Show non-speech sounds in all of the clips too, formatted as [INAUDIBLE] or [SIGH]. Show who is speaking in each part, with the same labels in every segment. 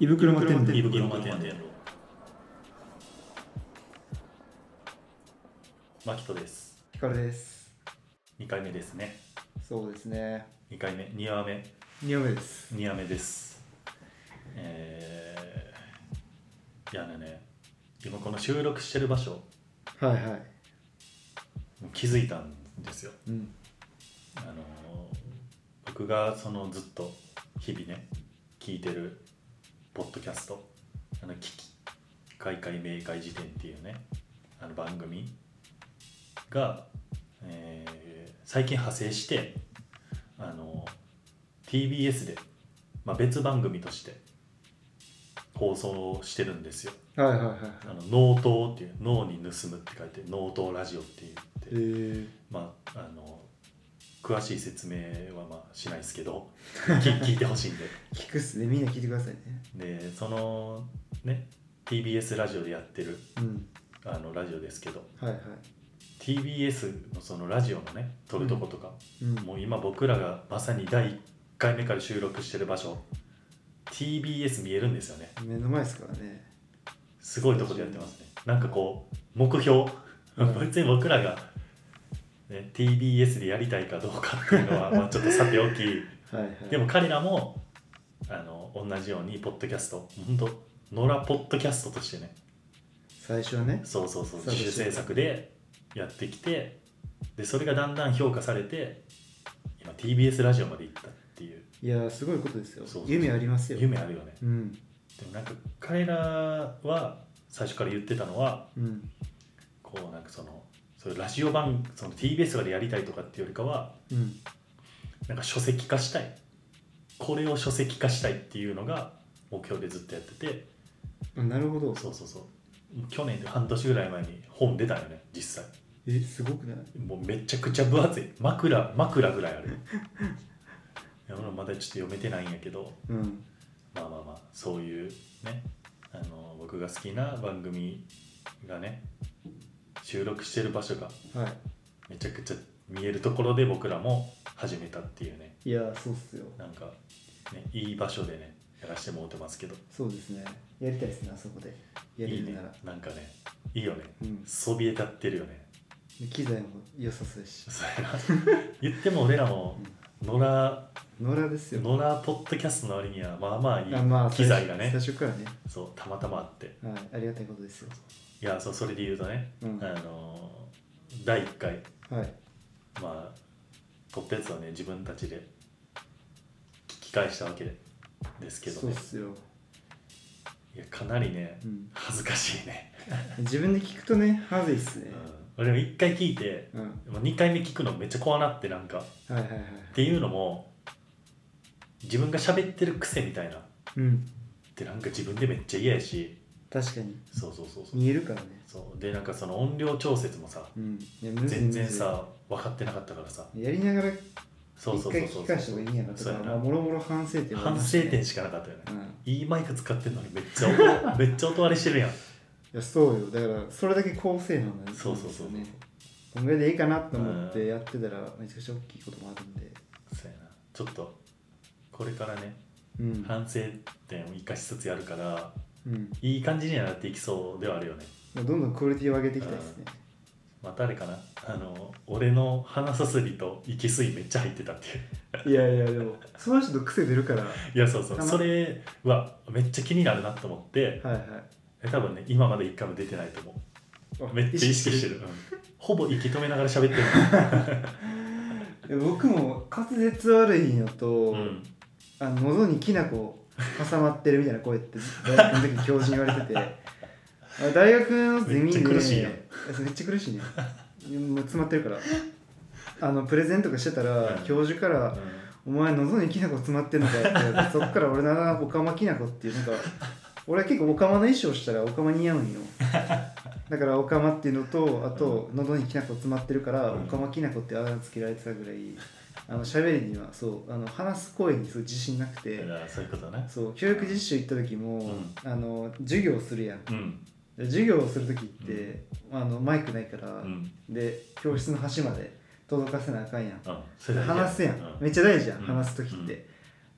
Speaker 1: 胃袋も天
Speaker 2: 胃
Speaker 1: 然
Speaker 2: 袋までやろうマキトです
Speaker 3: ヒカルです。
Speaker 2: 2回目ですね
Speaker 3: そうですね。
Speaker 2: 2回目2話目
Speaker 3: 二話目です。
Speaker 2: 2話目ですえー、いやね今この収録してる場所
Speaker 3: はいはい。
Speaker 2: 気づいたんですよ
Speaker 3: うん。
Speaker 2: あのー僕がそのずっと日々ね聞いてるポッドキャスト「あの危機開会明快辞典」っていうねあの番組が、えー最近派生してあの TBS で、まあ、別番組として放送をしてるんですよ。
Speaker 3: はいはいはいはい。
Speaker 2: あの脳盗っていう脳に盗むって書いて脳盗ラジオって言って、
Speaker 3: えー、
Speaker 2: まあ、あの詳しい説明はまあしないですけど聞 [LAUGHS] 聞いてほしいんで
Speaker 3: 聞くっすね。みんな聞いてくださいね。
Speaker 2: でそのね TBS ラジオでやってる
Speaker 3: うん。
Speaker 2: あのラジオですけど
Speaker 3: はいはい。
Speaker 2: TBS のそのラジオのね撮るとことか、
Speaker 3: うん。
Speaker 2: もう今僕らがまさに第1回目から収録してる場所 TBS 見えるんですよね
Speaker 3: 目の前ですからね。
Speaker 2: すごいとこでやってますねなんかこう目標
Speaker 3: うん
Speaker 2: 別に僕らが、ね、TBS でやりたいかどうかっていうのはまあちょっとさておき
Speaker 3: はいはい。
Speaker 2: でも彼らもあの同じようにポッドキャスト本当野良ポッドキャストとしてね
Speaker 3: 最初はね。
Speaker 2: そうそうそう
Speaker 3: そうです
Speaker 2: 自主制作でやってきてでそれがだんだん評価されて今 TBS ラジオまで行ったっていう
Speaker 3: いやーすごいことですよ。
Speaker 2: そうそうそう
Speaker 3: 夢ありますよ。
Speaker 2: 夢あるよね
Speaker 3: うん。
Speaker 2: でもなんか彼らは最初から言ってたのは
Speaker 3: うん。
Speaker 2: こうなんかそのそういうラジオ番その TBS までやりたいとかっていうよりかは
Speaker 3: うん。
Speaker 2: なんか書籍化したいこれを書籍化したいっていうのが目標でずっとやってて
Speaker 3: あなるほど。
Speaker 2: そうそうそう去年で半年ぐらい前に本出たよね実際
Speaker 3: え、すごくない
Speaker 2: もうめちゃくちゃ分厚い枕枕ぐらいあるいや俺もまだちょっと読めてないんやけど
Speaker 3: うん。
Speaker 2: まあまあまあそういうねあの僕が好きな番組がね収録してる場所が
Speaker 3: は
Speaker 2: めちゃくちゃ見えるところで僕らも始めたっていうね
Speaker 3: い。いやーそうっすよ。
Speaker 2: なんかねいい場所でねやらしてもらってますけど
Speaker 3: そうですね。やりたいですね、あそこで。やれ
Speaker 2: いい
Speaker 3: る
Speaker 2: ね
Speaker 3: なら。
Speaker 2: なんかねいいよね
Speaker 3: うん。
Speaker 2: そびえ立ってるよね
Speaker 3: で機材も良さそうやし。
Speaker 2: それな [LAUGHS] 言っても俺らも野良
Speaker 3: 野良ですよ。
Speaker 2: 野良ポッドキャストの割にはまあまあい
Speaker 3: あまあ
Speaker 2: い機材がね
Speaker 3: 最初最初からね。
Speaker 2: そうたまたまあって
Speaker 3: はい、ありがたいことですよ。
Speaker 2: いやそうそれで言うとね、
Speaker 3: うん
Speaker 2: あのー第1回
Speaker 3: はい。
Speaker 2: まあ撮ったやつをね自分たちで聞き返したわけですけど
Speaker 3: そうっ
Speaker 2: ね
Speaker 3: すよ。
Speaker 2: いやかなりね
Speaker 3: うん。
Speaker 2: 恥ずかしいね、
Speaker 3: 自分で聞くとね、はずいっすね
Speaker 2: うん。、俺も1回聞いて
Speaker 3: うん。
Speaker 2: 2回目聞くのめっちゃ怖なってなんかっ
Speaker 3: はいはいはい。
Speaker 2: ていうのも自分が喋ってる癖みたいなっ
Speaker 3: うん。
Speaker 2: てなんか自分でめっちゃ嫌やし
Speaker 3: 確かに。
Speaker 2: そうそうそうそう
Speaker 3: 見えるからね。
Speaker 2: そうでなんかその音量調節もさ
Speaker 3: うん。いや、むずい
Speaker 2: 全然。さ分かってなかったからさ
Speaker 3: むずいやりながら、
Speaker 2: そうそ
Speaker 3: 一回
Speaker 2: うそう
Speaker 3: 聞
Speaker 2: そう
Speaker 3: き返した方がいいんやなと
Speaker 2: そう
Speaker 3: か、
Speaker 2: や
Speaker 3: まあ
Speaker 2: な
Speaker 3: もろもろ反省点はあり
Speaker 2: 反
Speaker 3: ます
Speaker 2: 省
Speaker 3: ね
Speaker 2: 点しかなかったよね
Speaker 3: うん。い
Speaker 2: いいマイク使ってんのにめっちゃ
Speaker 3: [LAUGHS]
Speaker 2: 音めっちゃ音割れしてるやん
Speaker 3: や、そうよ。だから、それだけ高性能なんです
Speaker 2: そうそうそうそう
Speaker 3: ね。このぐらいでいいかなと思ってやってたら、めちゃくちゃ大きいこともあるんで。
Speaker 2: そうやなちょっとこれからね
Speaker 3: うん。
Speaker 2: 反省点を生かしつつやるから
Speaker 3: うん。
Speaker 2: いい感じにはなっていきそうではあるよね
Speaker 3: どんどんクオリティを上げていきたいですね。
Speaker 2: またあれかなあの俺の鼻すすりと息吸いめっちゃ入ってたってい
Speaker 3: い
Speaker 2: う
Speaker 3: やいや、でも、その人の癖出るから。はい
Speaker 2: いやそうそう
Speaker 3: たま
Speaker 2: それはめっちゃ気になるなと思って
Speaker 3: はい。
Speaker 2: え多分ね今まで一回も出てないと思う
Speaker 3: あ
Speaker 2: めっちゃ意識してる。うんほぼ息止めながら喋ってる。
Speaker 3: いや僕も滑舌悪いのと、
Speaker 2: うん。
Speaker 3: あの喉にきな粉挟まってるみたいな声って大学の時に教授に言われててあ大学のゼミで
Speaker 2: めっちゃ苦しいや
Speaker 3: や
Speaker 2: ん
Speaker 3: めっちゃ苦しいねもう詰まってるからあのプレゼントがしてたら、
Speaker 2: うん
Speaker 3: 教授から「お前喉にきな粉詰まってんのか」って言われてそっから俺ならオカマきな粉っていうなんか俺は結構オカマの衣装したらオカマ似合
Speaker 2: [LAUGHS]
Speaker 3: うんよだからオカマっていうのとあと喉にきな粉詰まってるから、
Speaker 2: うん
Speaker 3: オカマきな粉ってあだ名つけられてたぐらいあの喋りにはそうあの話す声にそう自信なくて、
Speaker 2: だからそういうことね。
Speaker 3: そう教育実習行った時も、
Speaker 2: うん
Speaker 3: あの授業するやん
Speaker 2: うん。
Speaker 3: で授業をする時って、あのマイクないから、
Speaker 2: うん。
Speaker 3: で教室の端まで届かせなあかんやん
Speaker 2: うん。それだけ
Speaker 3: 話すやん、
Speaker 2: う
Speaker 3: めっちゃ大事やん、
Speaker 2: うん
Speaker 3: 話す時って、
Speaker 2: うん
Speaker 3: で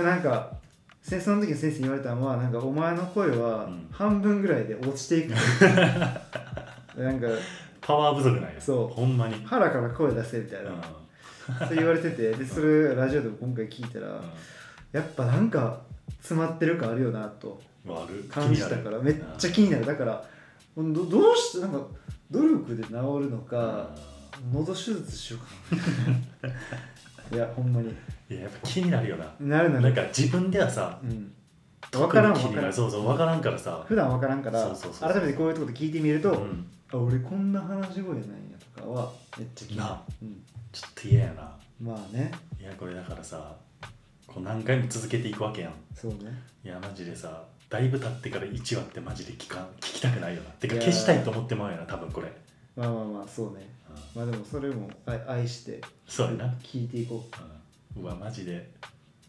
Speaker 3: もなんか先生その時に先生に言われたのはなんかお前の声は
Speaker 2: うん
Speaker 3: 半分ぐらいで落ちて
Speaker 2: [LAUGHS]
Speaker 3: いく、なんか
Speaker 2: パワー不足なんや
Speaker 3: そう
Speaker 2: ほんまに、うん
Speaker 3: 腹から声出せみたいな、そう言われててでそれラジオでも今回聞いたら、やっぱなんか詰まってる感あるよなと
Speaker 2: うん、わる
Speaker 3: 感じたからめっちゃ気になるだからどどうしてなんか努力で治るのか、喉手術しようか
Speaker 2: [LAUGHS]
Speaker 3: ないやほんまに
Speaker 2: うんいややっぱ気になるよな
Speaker 3: なるな
Speaker 2: な
Speaker 3: る
Speaker 2: んか自分ではさ
Speaker 3: うん分からん
Speaker 2: 特
Speaker 3: 分
Speaker 2: に気に
Speaker 3: か
Speaker 2: な
Speaker 3: ら
Speaker 2: る
Speaker 3: ん
Speaker 2: そうそう分からんからさ、
Speaker 3: 普段分からんから
Speaker 2: そうそうそう
Speaker 3: 改めてこういうとこで聞いてみると、
Speaker 2: うん、
Speaker 3: あ俺こんな話し声なんやとかはめっちゃ気になる
Speaker 2: な
Speaker 3: うん、
Speaker 2: ちょっと嫌やな
Speaker 3: まあね
Speaker 2: いやこれだからさこう何回も続けていくわけやん
Speaker 3: そうね
Speaker 2: いやマジでさだいぶ経ってから1話ってマジで聞かん聞きたくないよなてか
Speaker 3: いやー
Speaker 2: 消したいと思ってまうよな多分これ、
Speaker 3: まあまあまあそうね
Speaker 2: うん
Speaker 3: まあでもそれも愛愛して
Speaker 2: そうやな、
Speaker 3: 聞いていこ
Speaker 2: うん、うわマジで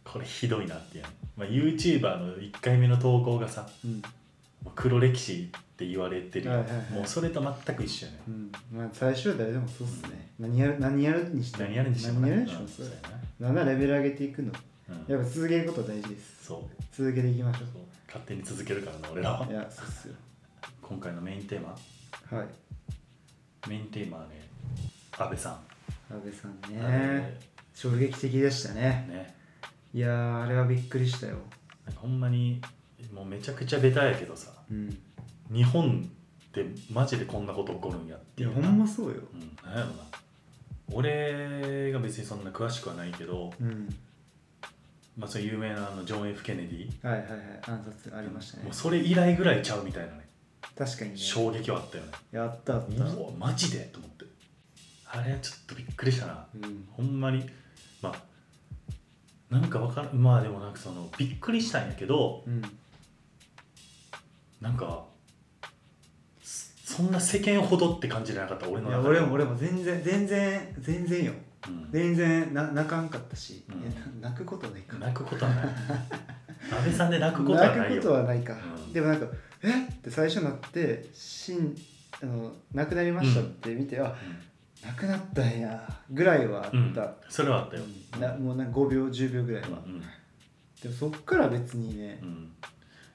Speaker 2: これひどいなってやん、まあ、YouTuber の1回目の投稿がさ
Speaker 3: ううん、
Speaker 2: もう黒歴史って言われてるよ、
Speaker 3: はいはいはい
Speaker 2: もうそれと全く一緒やね
Speaker 3: うん、まあ最初は誰でもそうっすね、何やる何やるにしても
Speaker 2: 何やるにしても
Speaker 3: 何やる
Speaker 2: うん
Speaker 3: にしてもそ
Speaker 2: そうう
Speaker 3: だ
Speaker 2: や
Speaker 3: よなんならレベル上げていくの
Speaker 2: な、うん
Speaker 3: やっぱ続けることは大事です
Speaker 2: そう
Speaker 3: 続けていきましょ
Speaker 2: そう勝手に続けるからな俺らは
Speaker 3: ういやそうっすよ
Speaker 2: 今回のメインテーマ
Speaker 3: はい
Speaker 2: メインテーマはね安倍さん
Speaker 3: 安倍さん
Speaker 2: 安
Speaker 3: ね衝撃的でしたね
Speaker 2: 倍ね
Speaker 3: いやーあれはびっくりしたよ
Speaker 2: なんかほんまにもうめちゃくちゃベタやけどさ
Speaker 3: うん
Speaker 2: 日本ってマジでこんなこと起こるんやっ
Speaker 3: い
Speaker 2: てい
Speaker 3: や
Speaker 2: う
Speaker 3: ほ
Speaker 2: なん
Speaker 3: まそうよ
Speaker 2: うん、なんやろな俺が別にそんな詳しくはないけど、
Speaker 3: うん
Speaker 2: まあ、その有名なあのジョン・ F ・ケネディ
Speaker 3: はいはいはい暗殺ありましたね
Speaker 2: もうそれ以来ぐらいちゃうみたいなね
Speaker 3: 確かにね
Speaker 2: 衝撃はあったよね
Speaker 3: やったあった
Speaker 2: うわマジでと思ってあれはちょっとびっくりしたな
Speaker 3: うん
Speaker 2: ほんまにまあなんかわからんまあでもなんかそのびっくりしたんやけど
Speaker 3: うん
Speaker 2: なんかそそんな世間ほどって感じじゃなかった俺の
Speaker 3: いや
Speaker 2: 中
Speaker 3: 俺
Speaker 2: で
Speaker 3: も俺も全然全然全然よ
Speaker 2: うん
Speaker 3: 全然な泣かんかったし、
Speaker 2: うん
Speaker 3: いやな泣くことないか
Speaker 2: 泣くことはない安倍さんで泣くことはない
Speaker 3: 泣
Speaker 2: よ
Speaker 3: くことはないか、
Speaker 2: うん
Speaker 3: でもなんか「えっ?」て最初なってしんあの亡くなりましたって見て、あ亡くなったんやぐらいはあっ
Speaker 2: う
Speaker 3: た、
Speaker 2: ん、うんそれはあったよ、
Speaker 3: なもうなんか5秒10秒ぐらいは、
Speaker 2: うん
Speaker 3: でもそっから別にね
Speaker 2: う、ん、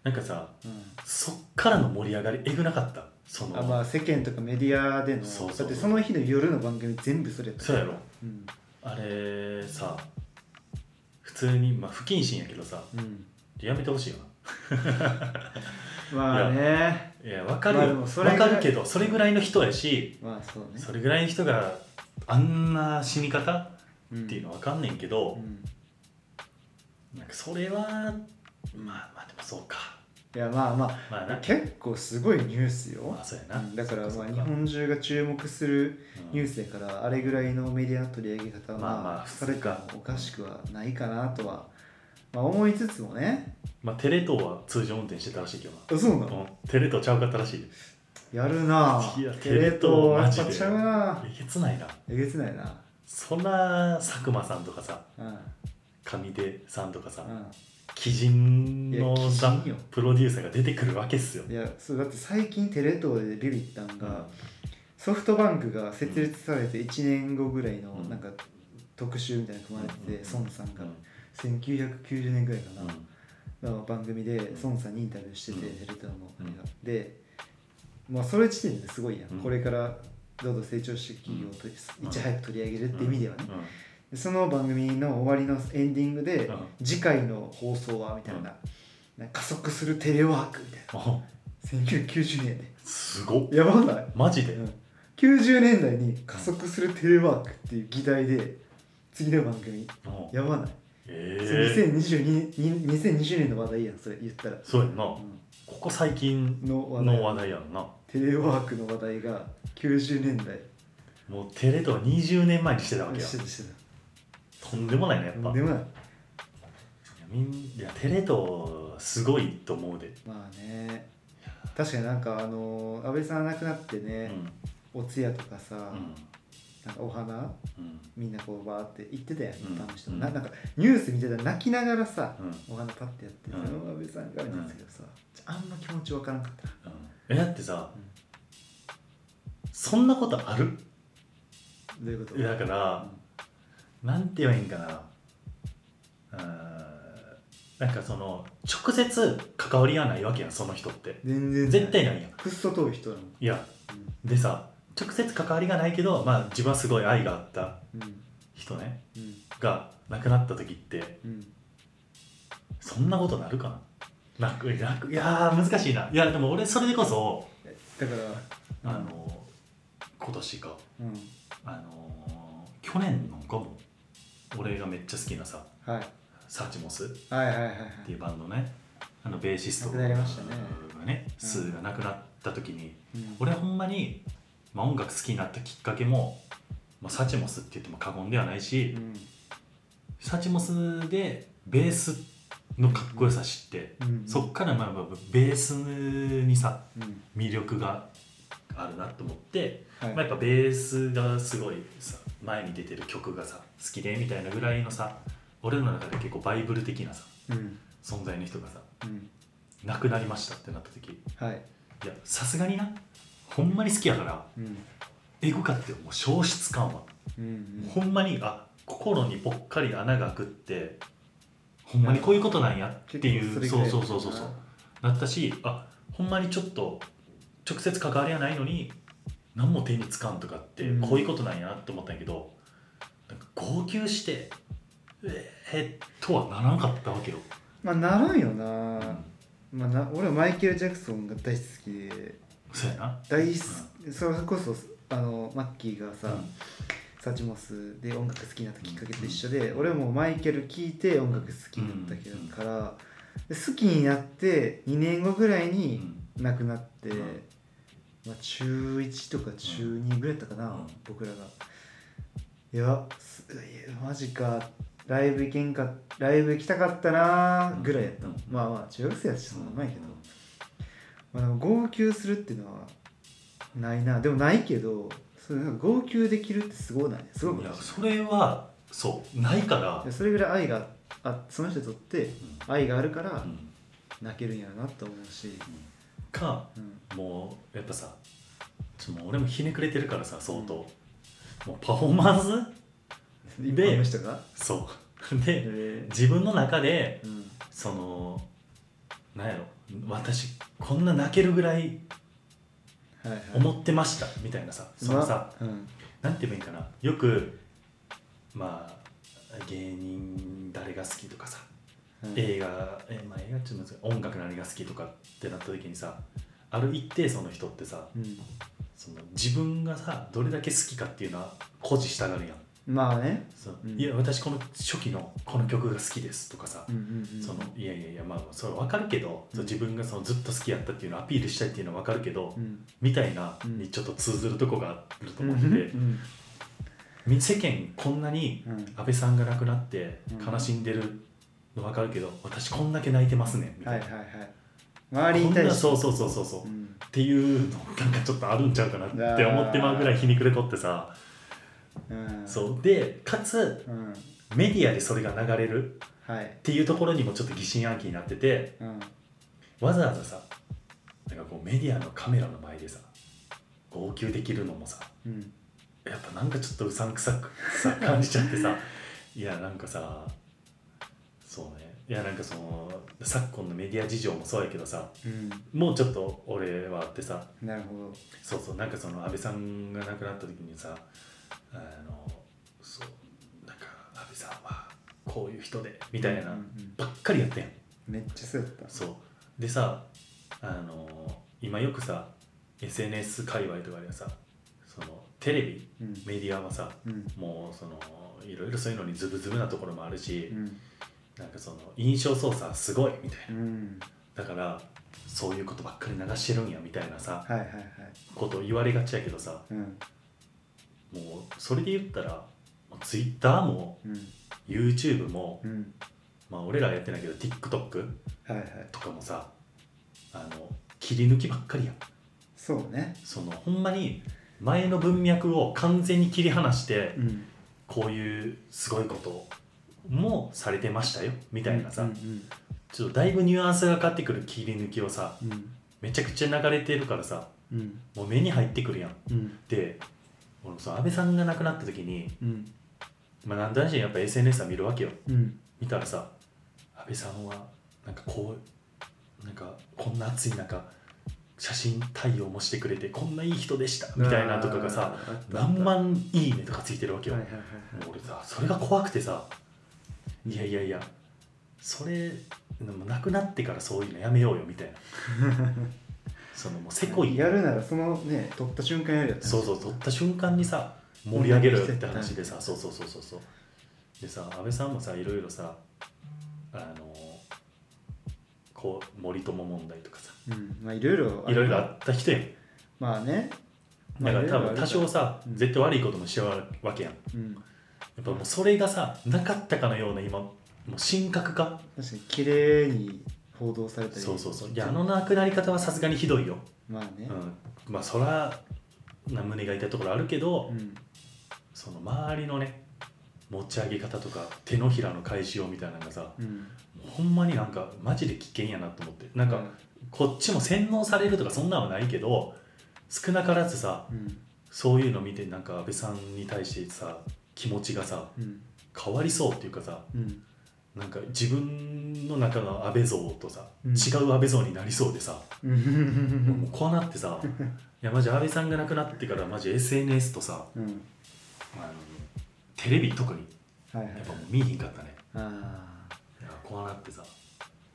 Speaker 2: なんかさ
Speaker 3: うん
Speaker 2: そっからの盛り上がりえぐなかったその
Speaker 3: あまあ、世間とかメディアでの
Speaker 2: そうそうそう
Speaker 3: だってその日の夜の番組全部それやった
Speaker 2: そうやろ
Speaker 3: うん
Speaker 2: あれさ普通にまあ不謹慎やけどさ
Speaker 3: うん
Speaker 2: やめてほしいよな
Speaker 3: まあね
Speaker 2: いやわかるよ
Speaker 3: まあでもそれ
Speaker 2: わ
Speaker 3: ぐら
Speaker 2: か
Speaker 3: い
Speaker 2: るけどそれぐらいの人やし
Speaker 3: まあそうね
Speaker 2: それぐらいの人があんな死に方っていうのはわかんねんけど、
Speaker 3: うん
Speaker 2: なんかそれはまあまあでもそうか
Speaker 3: いやまあま
Speaker 2: まあ
Speaker 3: あ
Speaker 2: な
Speaker 3: 結構すごいニュースよ、
Speaker 2: まあそうやな、
Speaker 3: うんだから
Speaker 2: そ
Speaker 3: ま
Speaker 2: う
Speaker 3: あ
Speaker 2: か
Speaker 3: 日本中が注目するニュー
Speaker 2: ス
Speaker 3: スだからあれぐらいのメディアの取り上げ方は
Speaker 2: まあまあ
Speaker 3: まあされてもおかしくはないかなとは、まあ、思いつつもね
Speaker 2: まあテレ東は通常運転してたらしいけど
Speaker 3: あそうな
Speaker 2: な、
Speaker 3: の
Speaker 2: うんテレ東ちゃうかったらしい
Speaker 3: やるない
Speaker 2: や
Speaker 3: ぁテレ東やっぱちゃうなぁ
Speaker 2: えげつないな
Speaker 3: えげつないな
Speaker 2: そんな佐久間さんとかさ
Speaker 3: うんうん
Speaker 2: 上出さんとかさ鬼人の
Speaker 3: いや
Speaker 2: さ
Speaker 3: 鬼人よ
Speaker 2: プロデューサーが出てくるわけっすよ、
Speaker 3: いやそうだって最近テレ東でビビったん
Speaker 2: う
Speaker 3: が、
Speaker 2: ん
Speaker 3: ソフトバンクが設立されて1年後ぐらいの
Speaker 2: うん
Speaker 3: なんか特集みたいなの組まれてて、
Speaker 2: うん
Speaker 3: 孫さんが
Speaker 2: うん
Speaker 3: 1990年ぐらいかな、
Speaker 2: うん
Speaker 3: の番組で
Speaker 2: ん
Speaker 3: 孫さんにインタビューしてて、
Speaker 2: うん
Speaker 3: ヘルターのあ
Speaker 2: うん
Speaker 3: れが、でまあそれ時点ですごいやん、
Speaker 2: うん
Speaker 3: これからどんどん成長して企業をとり
Speaker 2: うん
Speaker 3: いち早く取り上げるって意味ではね、
Speaker 2: うん
Speaker 3: でその番組の終わりのエンディングで、
Speaker 2: うん
Speaker 3: 次回の放送はみたいな,、なんか加速するテレワークみたい
Speaker 2: あ
Speaker 3: な1990年
Speaker 2: すごっ
Speaker 3: でやばない、
Speaker 2: マジで、
Speaker 3: うん、90年代に加速するテレワークっていう議題で次の番組
Speaker 2: うん
Speaker 3: やばない、
Speaker 2: ええ
Speaker 3: それ2022に2020年の話題やんそれ言ったら、
Speaker 2: そうやんなこ
Speaker 3: うん
Speaker 2: こ最近
Speaker 3: の話題
Speaker 2: の話題やんな
Speaker 3: テレワークの話題が90年代
Speaker 2: もうテレ東は20年前にしてたわけや
Speaker 3: してたして
Speaker 2: とんでもないねやったぱ
Speaker 3: とんでもない
Speaker 2: いやみんいやテレ東すごいと思うで、
Speaker 3: まあね確かになんかあのー安倍さん亡くなって
Speaker 2: うん
Speaker 3: ね、お通夜とかさ、
Speaker 2: うん
Speaker 3: なんかお花
Speaker 2: うん
Speaker 3: みんなこうバーって行ってたやん一
Speaker 2: うん
Speaker 3: 般の人、
Speaker 2: うん
Speaker 3: ななんかニュース見てたら泣きながらさ、
Speaker 2: うん
Speaker 3: お花パッてやって、
Speaker 2: うん
Speaker 3: その安倍さんがみたいなんですけどさ、あんま気持ちわからんかったな
Speaker 2: えだってさ、
Speaker 3: うん
Speaker 2: そんなことある
Speaker 3: どういうこと
Speaker 2: だから、なんて言えばいいんかなうーんなんかその直接関わりがないわけやんその人って
Speaker 3: 全然
Speaker 2: 絶対ないやん
Speaker 3: くっそ遠い人なの
Speaker 2: いやでさ直接関わりがないけどまあ自分はすごい愛があった
Speaker 3: うん
Speaker 2: 人ね
Speaker 3: うん
Speaker 2: が亡くなった時って
Speaker 3: うん
Speaker 2: そんなことなるかななくなくいやー難しいないやでも俺それでこそ
Speaker 3: だから
Speaker 2: あの今年か
Speaker 3: うん
Speaker 2: あの去年なんかも俺がめっちゃ好きなさ
Speaker 3: はい
Speaker 2: サーチモスっ
Speaker 3: はいはいはいはい
Speaker 2: ていうバンドねあのベーシスト
Speaker 3: 亡くなりましたね
Speaker 2: がねスーが亡くなった時に
Speaker 3: うん
Speaker 2: 俺ほんまに、まあ、音楽好きになったきっかけも、まあ、サチモスって言っても過言ではないし、
Speaker 3: うん
Speaker 2: サチモスでベースのかっこよさ知って、
Speaker 3: うん
Speaker 2: そっからまあまあベースにさ
Speaker 3: うん
Speaker 2: 魅力があるなと思って、
Speaker 3: はい
Speaker 2: まあ、やっぱベースがすごいさ前に出てる曲がさ好きでみたいなぐらいのさ俺の中で結構バイブル的なさ
Speaker 3: うん
Speaker 2: 存在の人がさ
Speaker 3: うん
Speaker 2: 亡くなりましたってなった時い
Speaker 3: はい
Speaker 2: やさすがになほんまに好きやから
Speaker 3: うん
Speaker 2: エゴかってもう消失感は、
Speaker 3: うん
Speaker 2: ほんまにあ心にぽっかり穴が開くってほんまにこういうことなんやっていう
Speaker 3: 結
Speaker 2: そ
Speaker 3: 構
Speaker 2: う
Speaker 3: れぐらいだ
Speaker 2: そうそうそうそうなったしあほんまにちょっと直接関わりはないのに何も手につかんとかって
Speaker 3: うん
Speaker 2: こういうことなんやなって思ったんやけど、なんか号泣してええとはならんかったわけよ、
Speaker 3: まあならんよな,、
Speaker 2: うん
Speaker 3: まあ、な俺はマイケル・ジャクソンが大好きで
Speaker 2: そうやな
Speaker 3: 大好き、それこそあのマッキーがさ、
Speaker 2: うん
Speaker 3: サチモスで音楽好きになったきっかけと一緒で、俺もマイケル聴いて音楽好きになったけど
Speaker 2: うん
Speaker 3: から、で好きになって2年後ぐらいに亡くなって、
Speaker 2: うん
Speaker 3: まあ、中1とか中2ぐらいだったかな、
Speaker 2: うん
Speaker 3: 僕らがいやすいやマジかライブ行けんかライブ行きたかったなぐらいやったの、
Speaker 2: うん
Speaker 3: まあまあ中学生やしそんな前やけど、
Speaker 2: うん
Speaker 3: まあ、でも号泣するっていうのはないなでもないけどそれなんか号泣できるってすごいないすごく
Speaker 2: い
Speaker 3: ない
Speaker 2: や
Speaker 3: い
Speaker 2: それはそうないから、
Speaker 3: やそれぐらい愛があその人にとって愛があるから
Speaker 2: うんうん
Speaker 3: 泣けるんやろなと思うし、
Speaker 2: か
Speaker 3: うん、
Speaker 2: もうやっぱさちょもう俺もひねくれてるからさ相当、もうパフォーマン
Speaker 3: 一般の人が、
Speaker 2: スそ
Speaker 3: え
Speaker 2: う [LAUGHS] で
Speaker 3: ー
Speaker 2: 自分の中で
Speaker 3: うん、
Speaker 2: そのなんやろ私こんな泣けるぐらい
Speaker 3: はいはい
Speaker 2: 思ってましたみたいなさそのさ、
Speaker 3: まうん、
Speaker 2: なんて言えばいいんかなよくまあ芸人誰が好きとかさ
Speaker 3: うん
Speaker 2: 映画え、まあ、映画ちょっと難しい音楽何が好きとかってなった時にさある一定層の人ってさその自分がさどれだけ好きかっていうのは誇示したがるやん
Speaker 3: うん、まあね、
Speaker 2: そう、
Speaker 3: うん
Speaker 2: いや私この初期のこの曲が好きですとかさ、
Speaker 3: うんうんうん、
Speaker 2: そのいやいやいやまあそれ分かるけど、そう自分がそのずっと好きやったっていうのをアピールしたいっていうのは分かるけど、
Speaker 3: うん、
Speaker 2: みたいな
Speaker 3: うん
Speaker 2: にちょっと通ずるとこがあると思って
Speaker 3: うん
Speaker 2: て、み世間こんなに
Speaker 3: うん
Speaker 2: 安倍さんが亡くなって
Speaker 3: うん
Speaker 2: 悲しんでるの分かるけど、私こんだけ泣いてますねみ
Speaker 3: は
Speaker 2: た
Speaker 3: い
Speaker 2: い
Speaker 3: は、
Speaker 2: ない
Speaker 3: はい周り
Speaker 2: こ
Speaker 3: に
Speaker 2: んな
Speaker 3: 対して
Speaker 2: そうそうそうそうそう、
Speaker 3: ん
Speaker 2: っていうのなんかちょっとあるんちゃうかなって思ってまうぐらいひねくれとってさ
Speaker 3: うん、
Speaker 2: そうでかつ
Speaker 3: うん、
Speaker 2: メディアでそれが流れる
Speaker 3: はい、
Speaker 2: っていうところにもちょっと疑心暗鬼になってて
Speaker 3: うん、
Speaker 2: わざわざさなんかこうメディアのカメラの前でさ号泣できるのもさ
Speaker 3: うん、
Speaker 2: やっぱなんかちょっとうさんくさくさ感じちゃってさいやなんかさそうねいやなんかその昨今のメディア事情もそうやけどさ
Speaker 3: うん、
Speaker 2: もうちょっと俺はあってさ
Speaker 3: なるほど、
Speaker 2: そうそうなんかその安倍さんが亡くなった時にさあのそうなんか安倍さんはこういう人でみたいな
Speaker 3: うんうん
Speaker 2: ばっかりやったやん
Speaker 3: めっちゃそうやった、
Speaker 2: そうでさあの今よくさ SNS 界隈とかでさそのテレビ
Speaker 3: うん、
Speaker 2: メディアはさ
Speaker 3: うん、
Speaker 2: もうそのいろいろそういうのにズブズブなところもあるし
Speaker 3: う、ん、
Speaker 2: なんかその印象操作すごいみた
Speaker 3: う
Speaker 2: いな
Speaker 3: ん、
Speaker 2: だからそういうことばっかり流してるんやみたいなさ
Speaker 3: はいはいはい、
Speaker 2: ことを言われがちやけどさ
Speaker 3: うん、
Speaker 2: もうそれで言ったらツイッターも
Speaker 3: うん、
Speaker 2: YouTube も、
Speaker 3: うん、
Speaker 2: まあ、俺らはやってないけど TikTok
Speaker 3: はいはい、
Speaker 2: とかもさあの切り抜きばっかりやん
Speaker 3: そうね、
Speaker 2: そのほんまに前の文脈を完全に切り離して
Speaker 3: うん、
Speaker 2: こういうすごいこともされてましたよみたいなさ、
Speaker 3: うん、
Speaker 2: ちょっとだいぶニュアンスが変わってくる切り抜きをさ
Speaker 3: うん、
Speaker 2: めちゃくちゃ流れてるからさ
Speaker 3: うん、
Speaker 2: もう目に入ってくるやん
Speaker 3: うん、
Speaker 2: で俺もさ安倍さんが亡くなった時に、
Speaker 3: うん、
Speaker 2: まあ、なんとなくやっぱ SNS は見るわけよ
Speaker 3: うん、
Speaker 2: 見たらさ安倍さんはなんかこうなんかこんな暑い中写真対応もしてくれてこんないい人でしたみたいなとかがさ
Speaker 3: あったあった
Speaker 2: 何万いいねとかついてるわけよ、
Speaker 3: はいはいはい
Speaker 2: もう俺さそれが怖くてさいやいやいやそれでもなくなってからそういうのやめようよみたい
Speaker 3: [LAUGHS]
Speaker 2: なそのもうせこい
Speaker 3: やるならそのね撮った瞬間やるやつ
Speaker 2: そうそう取った瞬間にさ盛り上げろよって話でさそうそうそうそうそうでさ安倍さんもさいろいろさあのこう森友問題とかさ
Speaker 3: うんまあいろいろ
Speaker 2: いろいろあった人やん
Speaker 3: まあね
Speaker 2: だから多分多少
Speaker 3: さ、
Speaker 2: さ
Speaker 3: うん
Speaker 2: 絶対悪いこともしてはるわけやんや
Speaker 3: うん、
Speaker 2: っぱもうそれがさなかったかのような今もう神格化
Speaker 3: 確かに綺麗に報道されたり
Speaker 2: そうそうそういやあのなくなり方はさすがにひどいよ、
Speaker 3: まあね
Speaker 2: うん、まあそらな胸が痛いところあるけど、
Speaker 3: うん
Speaker 2: その周りのね持ち上げ方とか手のひらの返しようみたいなのがさ
Speaker 3: うん
Speaker 2: ほんまになんかマジで危険やなと思ってなんかこっちも洗脳されるとかそんなんはないけど少なからずさ
Speaker 3: うん
Speaker 2: そういうの見てなんか安倍さんに対してさ気持ちがさ
Speaker 3: うん
Speaker 2: 変わりそうっていうかさ
Speaker 3: うん
Speaker 2: なんか自分の中の安倍像とさ、
Speaker 3: うん
Speaker 2: 違う安倍像になりそうでさ、
Speaker 3: うんうん
Speaker 2: もうこうなって
Speaker 3: [LAUGHS]
Speaker 2: さいやマジ安倍さんが亡くなってからマジ SNS とさ
Speaker 3: うん
Speaker 2: あのテレビ特に
Speaker 3: はいはい
Speaker 2: やっぱもう見えへんかったね
Speaker 3: あー
Speaker 2: いやこうなってさ、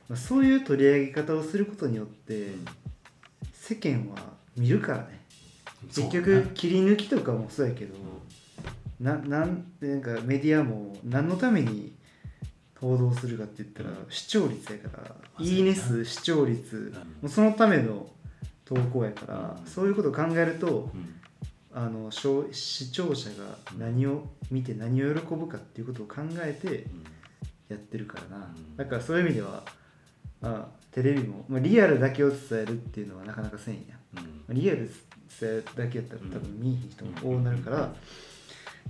Speaker 3: まあそういう取り上げ方をすることによって世間は見るからね結
Speaker 2: そう
Speaker 3: 局切り抜きとかもそうやけどななんなんかメディアも何のために報道するかって言ったら
Speaker 2: うん
Speaker 3: 視聴率やから
Speaker 2: あ
Speaker 3: いいね
Speaker 2: そう
Speaker 3: 数視聴率
Speaker 2: うん
Speaker 3: もうそのための投稿やから
Speaker 2: うん
Speaker 3: そういうことを考えると
Speaker 2: うん
Speaker 3: あの消視聴者が何を見て何を喜ぶかっていうことを考えて
Speaker 2: うん
Speaker 3: やってるからな
Speaker 2: うん
Speaker 3: だからそういう意味ではあテレビも、まあ、リアルだけを伝えるっていうのはなかなかせんやん
Speaker 2: うん
Speaker 3: リアルだけやったら多分見えへん人も多なるから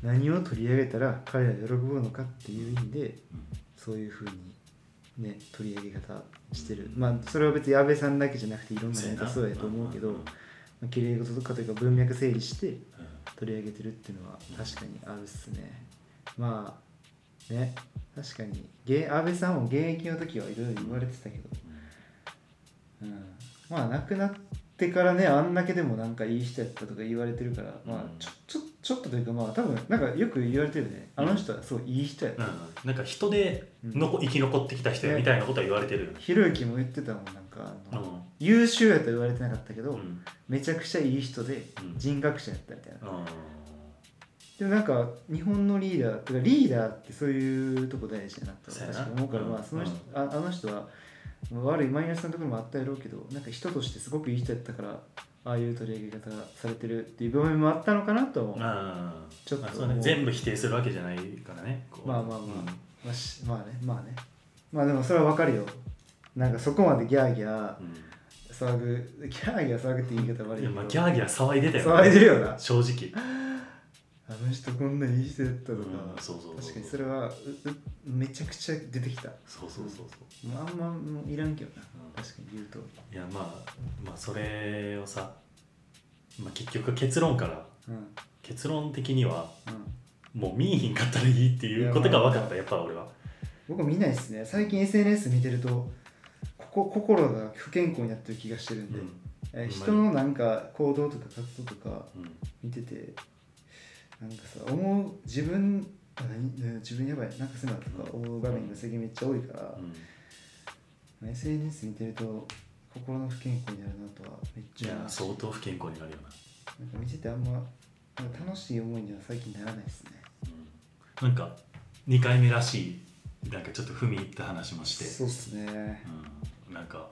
Speaker 3: 何を取り上げたら彼らが喜ぶのかっていう意味でそういうふうにね取り上げ方してるまあそれは別に安倍さんだけじゃなくていろんなネタそうやと思うけど
Speaker 2: ん
Speaker 3: まあ綺麗事とかというか文脈整理して取り上げてるっていうのは確かにあるっすねまあね確かにげ安倍さんも現役の時はいろいろ言われてたけどうんまあ亡くなってからねあんだけでもなんかいい人やったとか言われてるから、まあ
Speaker 2: うん
Speaker 3: ちょちょちょっとというかまあ多分なんかよく言われてるねあの人はそういい人やった、
Speaker 2: うんなんか人でのこ生き残ってきた人やみたいなことは言われてるよね
Speaker 3: ひろゆきも言ってたもんなんかあ
Speaker 2: う
Speaker 3: の、
Speaker 2: ん
Speaker 3: 優秀やとは言われてなかったけど、
Speaker 2: うん
Speaker 3: めちゃくちゃいい人で
Speaker 2: うん
Speaker 3: 人格者やったみたいな、
Speaker 2: うん
Speaker 3: でもなんか日本のリーダーとかリーダーってそういうとこ大事だなと
Speaker 2: そうや
Speaker 3: 確
Speaker 2: な
Speaker 3: かに思うから、
Speaker 2: うん
Speaker 3: まあその人、
Speaker 2: う
Speaker 3: ああの人は悪いマイナスなところもあったやろうけどなんか人としてすごくいい人やったからああいう取り上げ方がされてるっていう部分もあったのかなとは思う、ま
Speaker 2: あー
Speaker 3: ちょっと
Speaker 2: まあそうね全部否定するわけじゃないからねこう
Speaker 3: まあまあまあ
Speaker 2: うん
Speaker 3: あ、しまあねまあねまあでもそれはわかるよなんかそこまでギャーギャー
Speaker 2: う
Speaker 3: 騒ぐギャーギャー騒ぐって言い方悪
Speaker 2: ん
Speaker 3: い
Speaker 2: い
Speaker 3: け
Speaker 2: や
Speaker 3: ど、
Speaker 2: まあギャーギャー騒いでたよ
Speaker 3: 騒いでるよな
Speaker 2: 正直
Speaker 3: あの人こんないい人やったとか、
Speaker 2: うんそうそうそう
Speaker 3: 確かにそれはううめちゃくちゃ出てきた
Speaker 2: そうそうそうそう
Speaker 3: まあんまもういらんけどな、
Speaker 2: うん
Speaker 3: 確かに言うと
Speaker 2: いやまあまあそれをさまあ結局結論から
Speaker 3: うん
Speaker 2: 結論的には
Speaker 3: うん
Speaker 2: もう見えひんかったらいいっていうことが分かったやっぱ俺は
Speaker 3: 僕見ないですね最近 SNS 見てるとここ心が不健康になってる気がしてるんで、えー人のなんか行動とか活動とか
Speaker 2: うん
Speaker 3: 見ててなんかさ思う自分あ何うん自分やばいなんかすなとか思う場面が最近めっちゃ多いから
Speaker 2: う、ん
Speaker 3: SNS 見てると心の不健康になるなとはめっ
Speaker 2: い
Speaker 3: ちゃ
Speaker 2: や
Speaker 3: 思うし
Speaker 2: 相当不健康になるよな、
Speaker 3: なんか見ててあんまなんか楽しい思いには最近ならないですね
Speaker 2: うん、なんか2回目らしいなんかちょっと踏み入った話もして
Speaker 3: そうっすね
Speaker 2: うん、なんか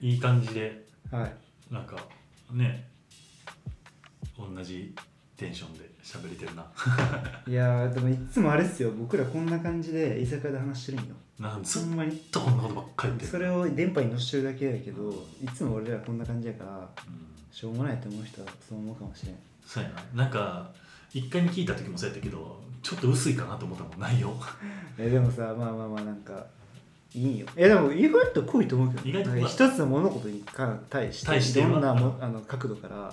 Speaker 2: いい感じで
Speaker 3: はい
Speaker 2: なんかね同じテンションで喋れてるな
Speaker 3: いやーでもいつもあれっすよ僕らこんな感じで居酒屋で話してるんよ
Speaker 2: なんず
Speaker 3: ほ
Speaker 2: っ
Speaker 3: んまに
Speaker 2: とこんなことばっかり言ってる
Speaker 3: それを電波に乗してるだけやけどいつも俺らこんな感じやから
Speaker 2: うん
Speaker 3: しょうもないと思う人はそう思うかもしれん
Speaker 2: そうやななんか1回目聞いた時もそうやったけどちょっと薄いかなと思ったもん内容
Speaker 3: えでもさまあまあまあなんかいいよいやでも意外と濃いと思うけどね
Speaker 2: 意外と濃い
Speaker 3: なんか一つの物事にか対して
Speaker 2: 対して
Speaker 3: いろんな
Speaker 2: は
Speaker 3: もあの角度から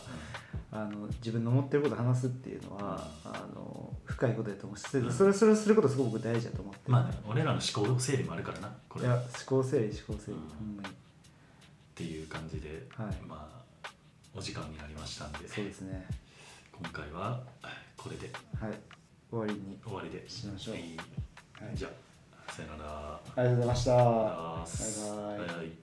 Speaker 3: あの自分の思ってることを話すっていうのはあの深いことだと思うしそれ
Speaker 2: うん
Speaker 3: それそれをすることすごく大事だと思ってる、
Speaker 2: まあね俺らの思考整理もあるからなこ
Speaker 3: い
Speaker 2: れ
Speaker 3: や
Speaker 2: っ
Speaker 3: 思考整理思考整理、ほ
Speaker 2: うん
Speaker 3: んまに
Speaker 2: ていう感じで、
Speaker 3: はい
Speaker 2: まあお時間になりましたんで
Speaker 3: そうですね
Speaker 2: 今回はこれで
Speaker 3: はい終わりに
Speaker 2: 終わりで
Speaker 3: しましょう
Speaker 2: はい
Speaker 3: はい
Speaker 2: じゃあさよなら
Speaker 3: ありがとうございました。バ
Speaker 2: バ
Speaker 3: イバイ
Speaker 2: イバイ